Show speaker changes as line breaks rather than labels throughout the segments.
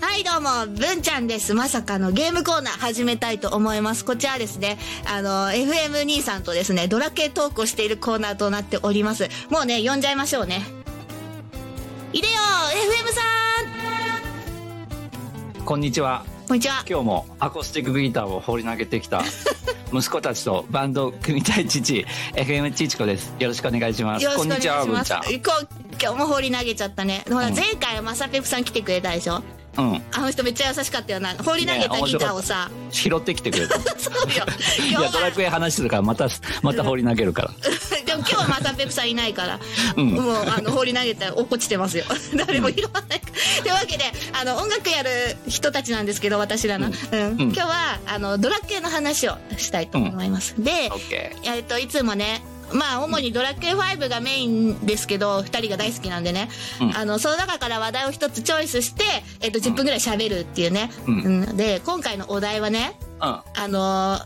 はいどうも文ちゃんですまさかのゲームコーナー始めたいと思いますこちらですねあの FM 兄さんとですねドラ系トークをしているコーナーとなっておりますもうね呼んじゃいましょうねいでよ FM さ
こんにちは。
んこんにちは
今日もアコースティックギターを放り投げて きた息子たちとバンドを組みたい父 FM ちいちこです。よろしくお願いします。
よろしくお願いし
こん
ま
にち
す
は、
こう今日も放り投げちゃったねほら
うん
前回マサペプさん来てくれたでしょ
ぶんちゃん。うん。
あの人めっちゃ優しかったよな放り投げたギターをさ、
拾ってきてくれた。
そうよ
い
今
や、
日
ド
は
ラクエ話するから、また、また放り投げるから。
でも今日はまたペプさんいないから、
うん
もうあの放り投げたら落っこちてますよ 誰も拾わ ないというわけであの音楽やる人たちなんですけど私らの、うん
ん
今日はあのドラクエの話をしたいと思います、で、
オッケ
えっといつもねまあ主に「ドラクエ5」がメインですけど2人が大好きなんでね、
うん
あのその中から話題を1つチョイスして、えっと10分ぐらい喋るっていうね、
うん
うんで今回のお題はね
ー。
あのー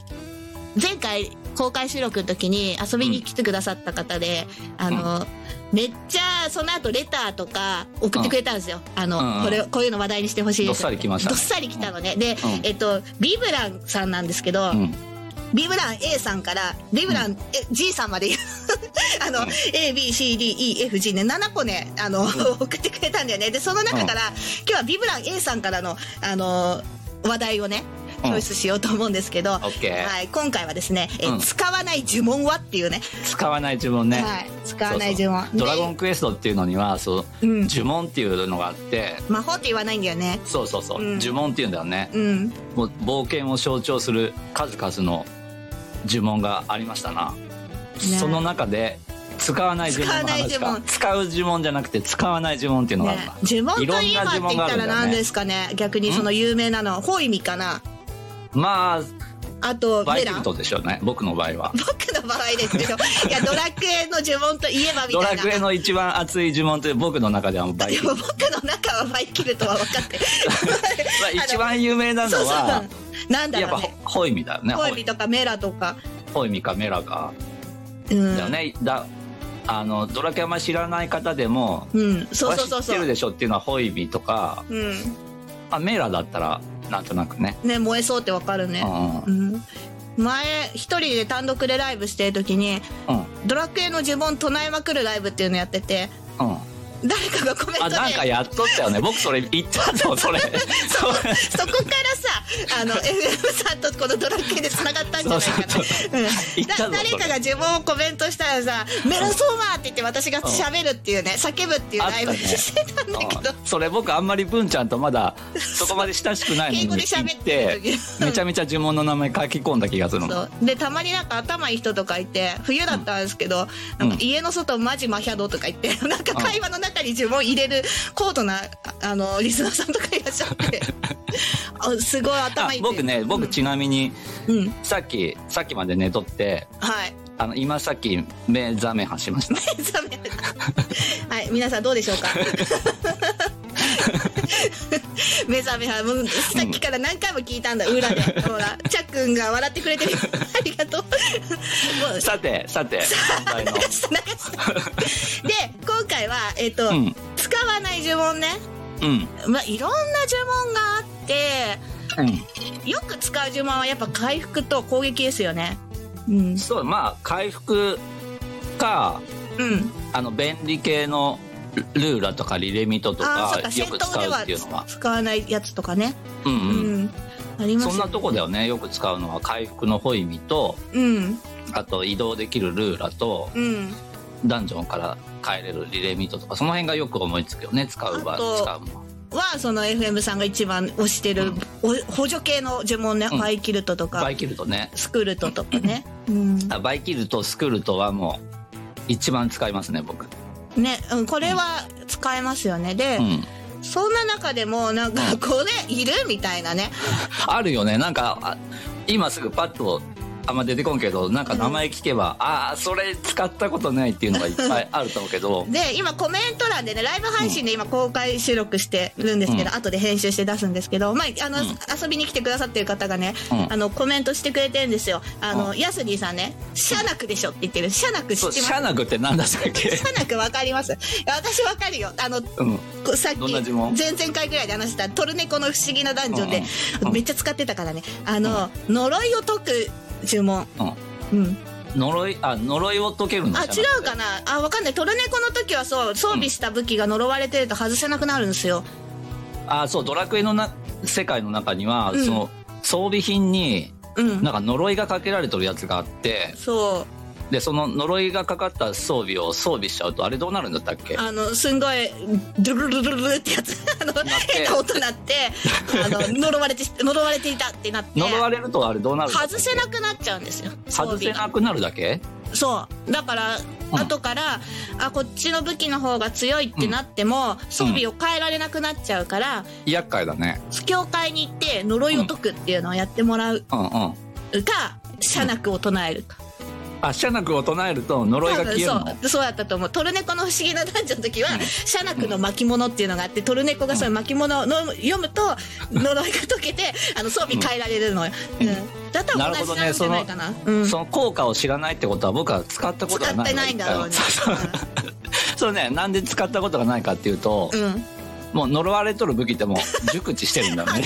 前回公開収録の時に遊びに来てくださった方で、あのーめっちゃその後レターとか送ってくれたんですよ、あの、
うんうん
これこういうの話題にしてほしいです
どっさり来ましたね
どっさり来たのね、で、
ん
えっとビブランさんなんですけど、
うん。うん。
ビブラン A さんからビブラン、え G さんまで言う あの、
うん
ABCDEFG ね7個ねあの、送ってくれたんだよねでその中から、今日はビブラン A さんからのあの話題をね
う
チ
ん
ョイスしようと思うんですけど、
オッケー
はい、今回はですね、え
うん
使わない呪文はっていうね
使わない呪文ね。
はい、使わない呪文
ドラゴンクエストっていうのには、そう、
でうん、
呪文っていうのがあって、
魔法って言わないんだよね
そうそうそう、
うん
呪文っていうんだよね。
うん
もう冒険を象徴する数々の呪文がありましたな、その中で使わない呪文の話
使わない呪
か
文
使う呪文じゃなくて使わない呪文っていうのがある
ね
んだ、、
呪文と
いろん
いえ
な
ばって
呪文
言
が
っ
ある
た
んだ
ら
よ
何
ね
ですかね逆にその有名なのホイミかな
ま
あと
あバ
メ
イキ
ラ
ル
ン
トでしょうね僕の場合は
僕の場合ですけど、いや、ドラクエの呪文といえばみ
ド
た
ラ
いな。
クエの一番熱い呪文って僕の中ではもうバイ
で
キル
も
ト
僕の中はバイキルとは分かって。
まあ一番有名なの
そう
は
そう。なんだ
やっぱ
ろう
ホ
ね。
ホイミだよね
ホイミとかメラとか。
ホイミかメラか
う
だよ
ん。
ね、だあのドラクエあんまり知らない方でも
うん。そうそう
こ
そうそ
れ知ってる
う。
でしょっていうのはホイミとか、
うん。
まあ、メラだったらなんとなくね、
ね、燃えそうって分かる
う
ね。
んうん
うん。前、一人で単独でライブしてる時に、
うん
ドラクエの呪文唱えまくるライブっていうのやってて、
うん、
誰かがコメント
あ
で。
なんかやっとったよね僕それ言った ぞそれそう
そこからさ、あの、FM さんとこのドラッケで繋がったんじゃないか
そう
な。うん
言った
だ
ぞ
誰かが呪文をコメントしたらさ、メロソーマーって言って私が喋るっていうね、叫ぶっていうライブ
あったね
してたんだけど、
うんそれ僕あんまり文ちゃんとまだそこまで親しくないの
敬
に
語で
行
喋
っ
って
て
る時
めちゃめちゃ呪文の名前書き込んだ気がするの
そうでたまになんか頭いい人とかいて冬だったんですけど、なんか家の外マジマヒャドとか言ってなんか会話の中に呪文入れる高度なああのリスナーさんとかいらっしゃって あすごい
あ
頭いいって
僕ね僕ちなみに
うん
さっきさっきまで寝とって
はい
あの今さっき目覚めはしま した
目覚めたはい皆さんどうでしょうか目覚めはもうさっきから何回も聞いたんだ裏でほらチャッくんが笑ってくれてるありがとうもう
さてさて今回の
流して流してで今回はえっ、と、
うん
使わない呪文ね
うん
まあいろんな呪文があっ
う
てよく使う呪文はやっぱ回復と攻撃ですよねうん
んそうまあ回復か
うん
あの便利系のルーラとかリレミトと
ああそ
か
うか戦
よく
闘
使
で
う
は
っていうのは
使わないやつとかね
うん
う
うん
んあります
そ
よ
んなとこだよねよく使うのは回復のホイミと
うん
あと移動できるルーラと
うん
ダンジョンから帰れるリレミートとかその辺がよく思いつくよね使う場
あと
使うもん
はその FM さんが一番推してる、お補助系の呪文ね、
うん
バイキルトとか
バイキルトね
スクルトとかね、うん
あバイキルトスクルトはもう一番使いますね僕
ね、うん、これは使えますよねで、
うん
そんな中でもなんかこれいるみたいなね
あるよねなんかあ今すぐパッとあんま出てこんけどなんか名前聞けば、ああそれ使ったことないっていうのがいっぱいあると思うけど
で今コメント欄でねライブ配信で今公開収録してるんですけど、
うん
後で編集して出すんですけど、まああの
うん
遊びに来てくださってる方がね、
うん
あのコメントしてくれてるんですよあの、
うん
ヤスディさんね「シャナクでしょ」って言ってる「シャナク知って
そう
ます?」
シャナグって何だったっけ
シャナクわかりますいや私わかるよあの
うん
こさっき
どんな
前
呪文
々回ぐらいで話したトルネコの不思議なダンジョン
う
で
んうんうん
めっちゃ使ってたからねあの、呪いを解く呪文
うん
うん
呪いあ呪いを解けるの
あ
じゃなく
違う
て
かなあわかんないトルネコの時はそう装備した武器が呪われてると外せなくなるんですよ、
あそうドラクエのな世界の中には、
うん
その装備品に
うん
なんか呪いがかけられてるやつがあって
そ
でその呪いがかかった装備を装備しちゃうとあれどうなるんだったっけ
うあのすんごいドゥルルルルルってやつあの変な音なってあの呪われて呪われていたってなって
呪われるとあれどうなるんだったっけ
外せなくなっちゃうんですよ装備
外せ
が
なくなるだけ
そうだから
うん
後から、あこっちの武器の方が強いってなっても、装備を変えられなくなっちゃうから、
厄介だね
教会に行って呪いを解くっていうのをやってもらう
うんうん
か、社なくを唱えるか。
あシャナクを唱えると呪いが消えるの
そうそうやったと思うトルネコの不思議な男女の時は、
うん
シャナクの巻物っていうのがあってトルネコがその巻物をの読むと呪いが解けてあの装備変えられるのよ、うんだったら同じなんじゃないかなうん
その効果を知らないってことは僕は使ったこと
使
が
っ
な
て
いの
ないんだろうね
そうそうそうねなんで使ったことがないかっていうと、
うん
もう呪われとる武器ってもう熟知してるん だね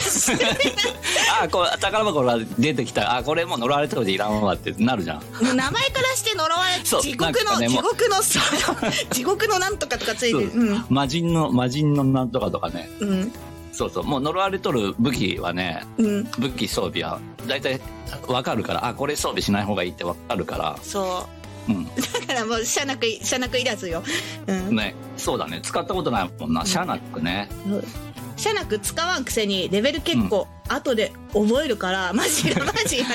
あこう宝箱が出てきたあこれもう呪われとるでいらんわってなるじゃん
名前からして呪われ
そう
地獄
な
の、
んかね
地
もう
獄の 地獄のなんとかとかついてる
そう
うん
魔人の魔人のなんとかとかね
うん
そうそうもう呪われとる武器はね
うん
武器装備は大体わかるからあこれ装備しない方がいいってわかるから
そ
うん
うだからもう社なく社なくいらずようん
ねそうだね使ったことないもんなシャナックね
社なく使わんくせにレベル結構後で覚えるからマジがマジが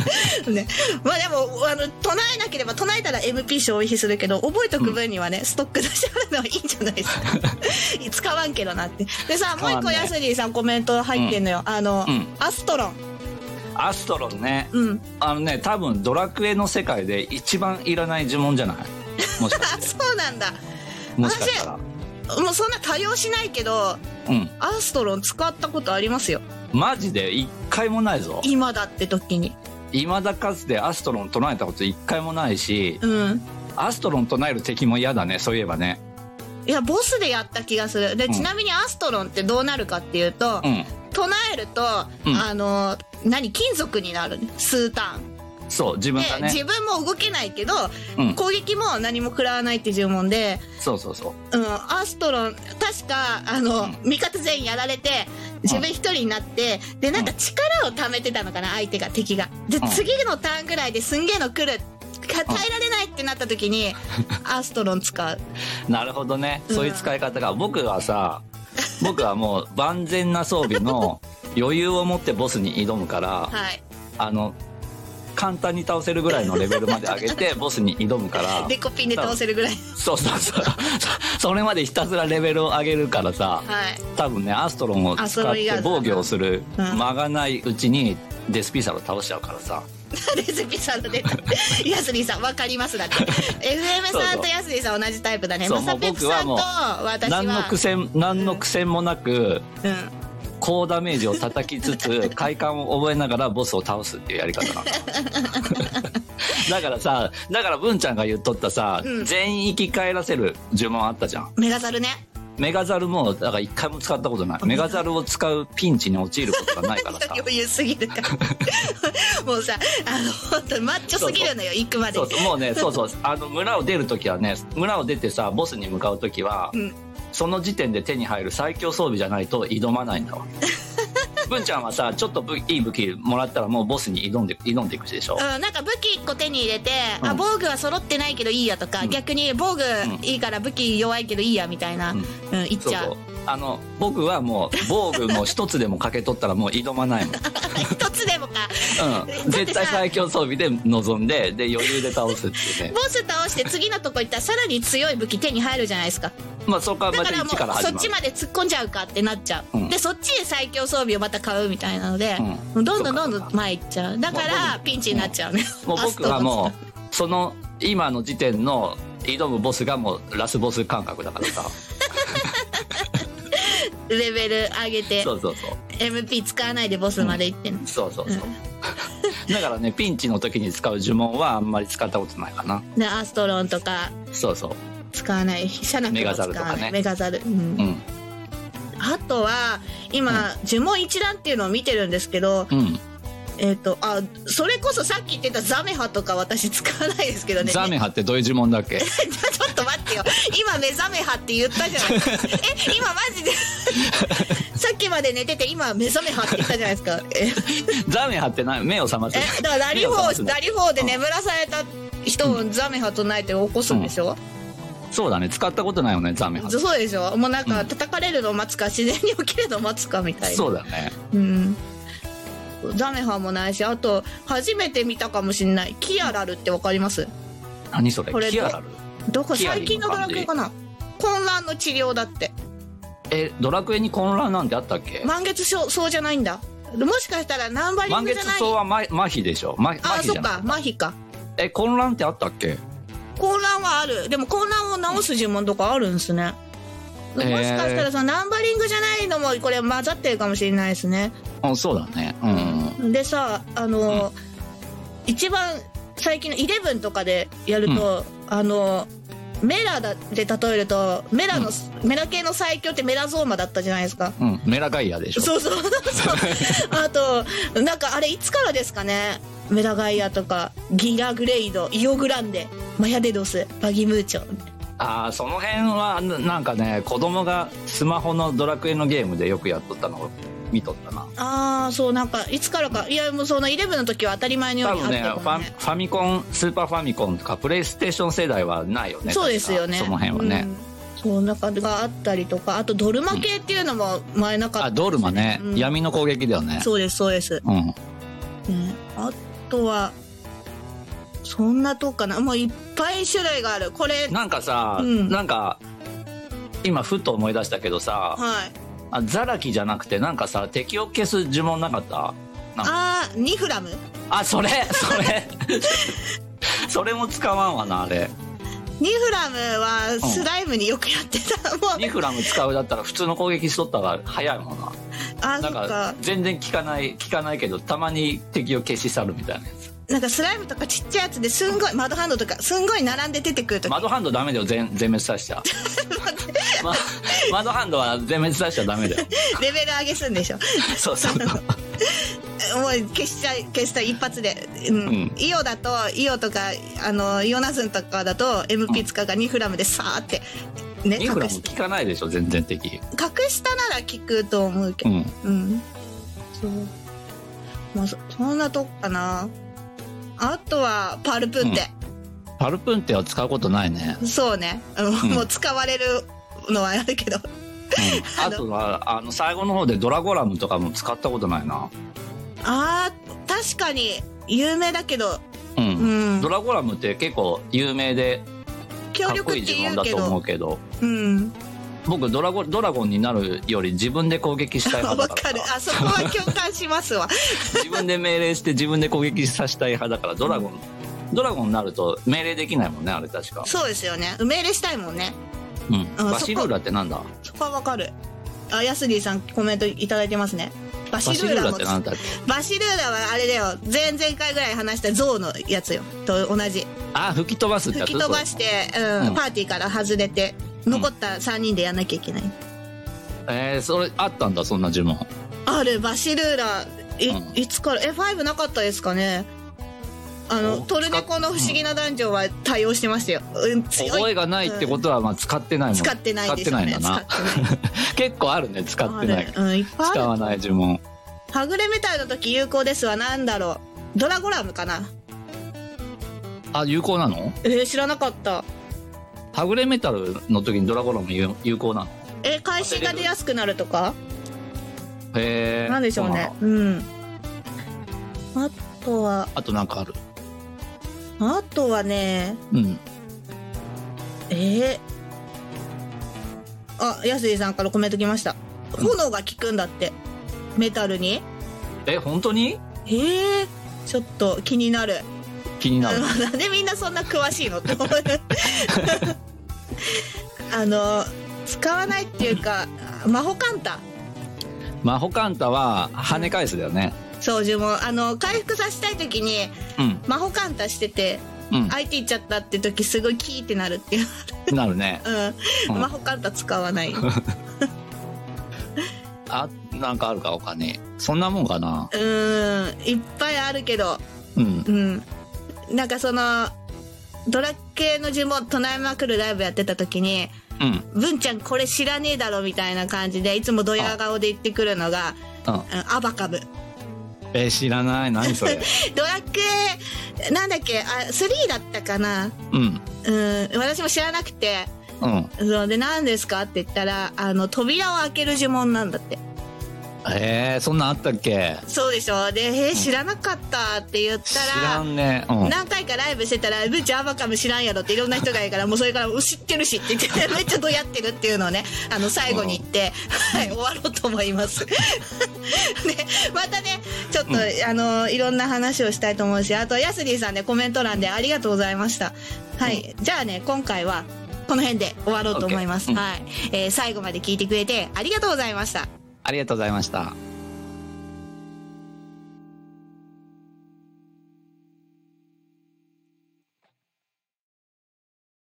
ねまあでもあの唱えなければ唱えたら MP 消費するけど覚えとく分にはねストック出しあるのはいいんじゃない ですか使わんけどなってでさもう一
使
個
わんね
ヤスリーさんコメント入ってんのよあの
うん
アストロン
アストロンね
うん
あのね多分ドラクエの世界で一番いらない呪文じゃないもしか
あ そうなんだ
もしかしたら
もうそんな多用しないけど
うん
アストロン使ったことありますよ
マジで一回もないぞ
今だって時に
いまだかつてアストロン唱えたこと一回もないし
うん
アストロン唱える敵も嫌だねそういえばね
いやボスでやった気がするで、
うん
ちなみにアストロンってどうなるかっていうと、
うん
唱えると、
うん
あの何金属になる数ターン
そう自分が
で、
ね
自分も動けないけど、
うん
攻撃も何も食らわないっていう呪文で、
そうそうそう
うん、アストロン確かあの、
うん
味方全員やられて自分一人になって、でなんか力を貯めてたのかな相手が敵がで、
うん
次のターンぐらいですんげえの来るか耐えられないってなった時 に、アストロン使う
なるほどねそういう使い方が、僕はさ僕はもう万全な装備 の余裕を持ってボスに挑むから、
はい
あの簡単に倒せるぐらいのレベルまで上げ てボスに挑むから
デコピンで倒せるぐらい
そうそうそうそ それまでひたすらレベルを上げるからさ
はい
多分ねアストロンを使
あ
っ
それが
て防御をする
うん
間がないうちにデスピーサロ倒しちゃうからさ
レズピさん の出たヤスリーさんわかりますだって
そう
FM さん
そ
と
う
ヤスリーさん同じタイプだね
そう
マサペプさんと
もう僕
私は
何の苦戦何の苦戦もなく
うん
高ダメージを叩きつつ快感を覚えながらボスを倒すっていうや り方なんだだからさだから文ちゃんが言っとったさ、
うん
全員生き返らせる呪文あったじゃん
メガザルね
メガザルもだから一回も使ったことないメガザルを使うピンチに陥ることがないからさ
余裕すぎるから もうさあの本当にマッチョすぎるのよ行くまで
そうそうもうねそうそうあの村を出る時はね村を出てさボスに向かう時は、
うん
その時点で手に入る最強装備じゃないと挑まないんだ わ文ちゃんはさちょっと武いい武器もらったらもうボスに挑んで挑んでいくでしょ、
うん、なんか武器1個手に入れて、
うん
あ防具は揃ってないけどいいやとか、
うん
逆に防具
ん
いいから武器弱いけどいいやみたいな、う
うんん
言っ
そう
ちゃう
そうあの、僕はもう、防具も一つでもかけとったらもう挑まないもん。
一つでもか
うん。絶対最強装備で臨んで、で、余裕で倒すっていうね
ボ。ス倒して次のとこ行ったらさらに強い武器手に入るじゃないですか
まあそこは
だ
ま
か
た
らも
一から
うそ
始
っ
ま
ち
る。
まで突っ込んじゃうかってなっちゃう、
うん
でそっちで最強装備をまた買うみたいなので、
うん
どんどんどんどん前行っちゃうだか
まあ
ら
僕
ピンチになっちゃうね、
もう僕はもう、その、今の時点の挑むボスがもうラスボス感覚だからさ。
うレベル上げて
そうそうそう。
MP 使わないでボスまで行ってんの
そうそうそう。 だからね、ピンチの時に使う呪文はあんまり使ったことないかな。
でアストロンとか
そうそう。
使わないシャナクも使わないメ
メ
ガザル,、
う
うん
ん。
あとは今、呪文一覧っていうのを見てるんですけど、
うん。
えっ、とあそれこそさっき言ってたザメハとか私使わないですけどね
ザメハってどういう呪文だっけ
ちょちょっと待ってよ今目覚めはって言ったじ ゃないですかえ今マジで さっきまで寝てて今目覚めはって言ったじゃないですかえ
ザメハってな目を覚ます。
えだからラリフ
目を覚
ォ
ます
ー
ね
ラリフォーで眠らされた人をザメハ唱えて起こすんでしょ、
そうだね。使ったことないよね、ザメハ。
そうでしょもうなんか
うん
叩かれるのを待つか自然に起きるのを待つかみたいな
そうだね。
うんザメハもないしあと初めて見たかもしれないキアラルってわかります
何それ
これ
キアラル
どこ
キアリ
最近のドラクエかな混乱の治療だって
え、ドラクエに混乱なんてあったっけ
満月症そうじゃないんだもしかしたらナンバリン
満
グじ
月
ゃない
草はま麻痺でしょま麻
ああ
痺
そっ
じゃない
か麻痺か
え、混乱ってあったっけ
混乱はあるでも混乱を治す呪文とかあるんですね、
へー
もしかしたらそのナンバリングじゃないのもこれ混ざってるかもしれないですね
うん、そうだね。うん。
でさあの、一番最近の「イレブン」とかでやると、あのメラだで例えるとメラの、メラ系の最強ってメラゾーマだったじゃないですか
うん、メラガイアでしょ
そう そうそうあとなんかあれいつからですかねメラガイアとかギラグレイドイオグランデマヤデドスバギムーチョ
ああその辺はななんかね子供がスマホのドラクエのゲームでよくやっとったのを見とったな
ああそうなんかいつからかいやもうそのイレブンの時は当たり前のよう
多
にあっ
分ね
た
フ
から
ァ
ね
ファミコンスーパーファミコンとかプレイステーション世代はないよね
そうですよね
確かその辺はね、、
うんそうなんかがあったりとかあとドルマ系っていうのも前なかった、
あドルマね、
うん
闇の攻撃だよね
そうですそうです、
う、ん、
ね、あとはそんなとこかなもういっぱい種類があるこれ
なんかさ、
うん
なんか今ふと思い出したけどさ、
はい
あザラキじゃなくてなんかさ敵を消す呪文なかったなんか
ああニフラム
あそれそれ それも使わんわなあれ
ニフラムはスライムによくやって た、もう
ニフラム使うだったら普通の攻撃しとったら早いもんな
あ
な
そっ
んか
か
全然効かない効かないけどたまに敵を消し去るみたいなやつ
なんかスライムとかちっちゃいやつですんごいマドハンドとかすんごい並んで出てくるとき、
マドハンドダメだよ全全滅させちゃ ま、マドハンドは全滅させちゃダ メだよ
レベル上げすんでしょも
そうそうそう
う消しちゃい消した一発で、うん
うん
イオだとイオとかあのイオナズンとかだと MP 使うからニフラムでさーってね
ニフラ
隠
ム
し
効かないでしょ全然敵
隠したなら効くと思うけ
う
ど
ん
うんそうまあそそんなとこかなあとはパルプンテ、
パルプンテは使うことないね、
そうね、あの
ん
もう使われるのはあるけど
うん、あとはあの最後の方でドラゴラムとかも使ったことないな
あー確かに有名だけど
うん、
うん
ドラゴラムって結構有名で
協
かっこ
力
い
っ
い
て
呪
言
文
う
だ
け
と思
ど
うけど
うん
僕ドラゴドラゴンになるより自分で攻撃したい
わ
派だから
かるあそこは共感しますわ
自分で命令して自分で攻撃させたい派だからドラゴンドラゴンになると命令できないもんねあれ確か、
そうですよね命令したいもんね
うん、
あ
バシルーラってなんだ
そこはわかるあヤスリーさんコメントいただいてますねバシ
バシ
ル
ル
ー
ー
ラ
ラ
も
ってなんだっけ
バシルーラはあれだよ前々回ぐらい話した象のやつよと同じ
あ吹き飛ばすってやつ
吹き飛ばして、うん
うん
パーティーから外れて残った3人でやんなきゃいけない、
それえー、それあったんだそんな呪文
あるバシルーラい,、
うん
いつからえ5なかったですかねあの
お
トルネコの不思議なダンジョンは対応してましたよ、うん、強
覚
い
えがないってことはまあ使ってないもん
使ってないでしょうね
使ってないんだ
使ってない
な結構あるね 使ってない
あるうん、いっぱい
使
あ
わ
る
ない呪文
はぐれメタルの時有効ですわなんだろうドラゴラムかな
あ有効なの
えー、知らなかった
はぐれメタルの時にドラゴンも有有効なの
え、会心が出やすくなるとか
へえ。
なんでしょう
そうな
ね
の。
うん。あとは、
あとなんかある。
あとはね、
うん。
えー、あ、安井さんからコメント来ました。
うん
炎が効くんだって。メタルに
え、本当に
えー、ちょっと気になる。
気になる。
なんでみんなそんな詳しいのって思う あの使わないっていうか魔法カンタ
マホカンタは跳ね返すだよね。
そう呪文あの回復させたい時に
うん。
魔法カンタしてて
うん。
相手いっちゃったって時すごいキーってなるっていう、
なるね。
うん
うん
魔法カンタ使わない、うん、
あ、なんかあるか、他に。そんなもんかな。
いっぱいあるけど
うん。
うんなんかそのドラ系の呪文唱えまくるライブやってた時に
うん。うん。
文ちゃんこれ知らねえだろみたいな感じでいつもドヤ顔で言ってくるのがうんアバカブ
えー、知らない。何そ れ。
ドラクエなんだっけあ3だったかな
うん。
うん私も知らなくて
うん。
そうで何ですかって言ったらあの扉を開ける呪文なんだって
えー、そんなんあったっけ
そうでしょで「へえ知らなかった」って言っ
知
た
ら
ら
んね。うん。
何回かライブしてたら「ブチアバカム知らんやろ」っていろんな人がいるからもうそれからうん「知ってるし」って言って めっちゃどやってるっていうのをねあの最後に言って、はい、終わろうと思います でまたねちょっと、
うん
あのいろんな話をしたいと思うしあとヤスリーさんねコメント欄でありがとうございましたはい、じゃあね今回はこの辺で終わろうと思います、
オッケー
はい、えー最後まで聞いてくれてありがとうございました
ありがとうございました。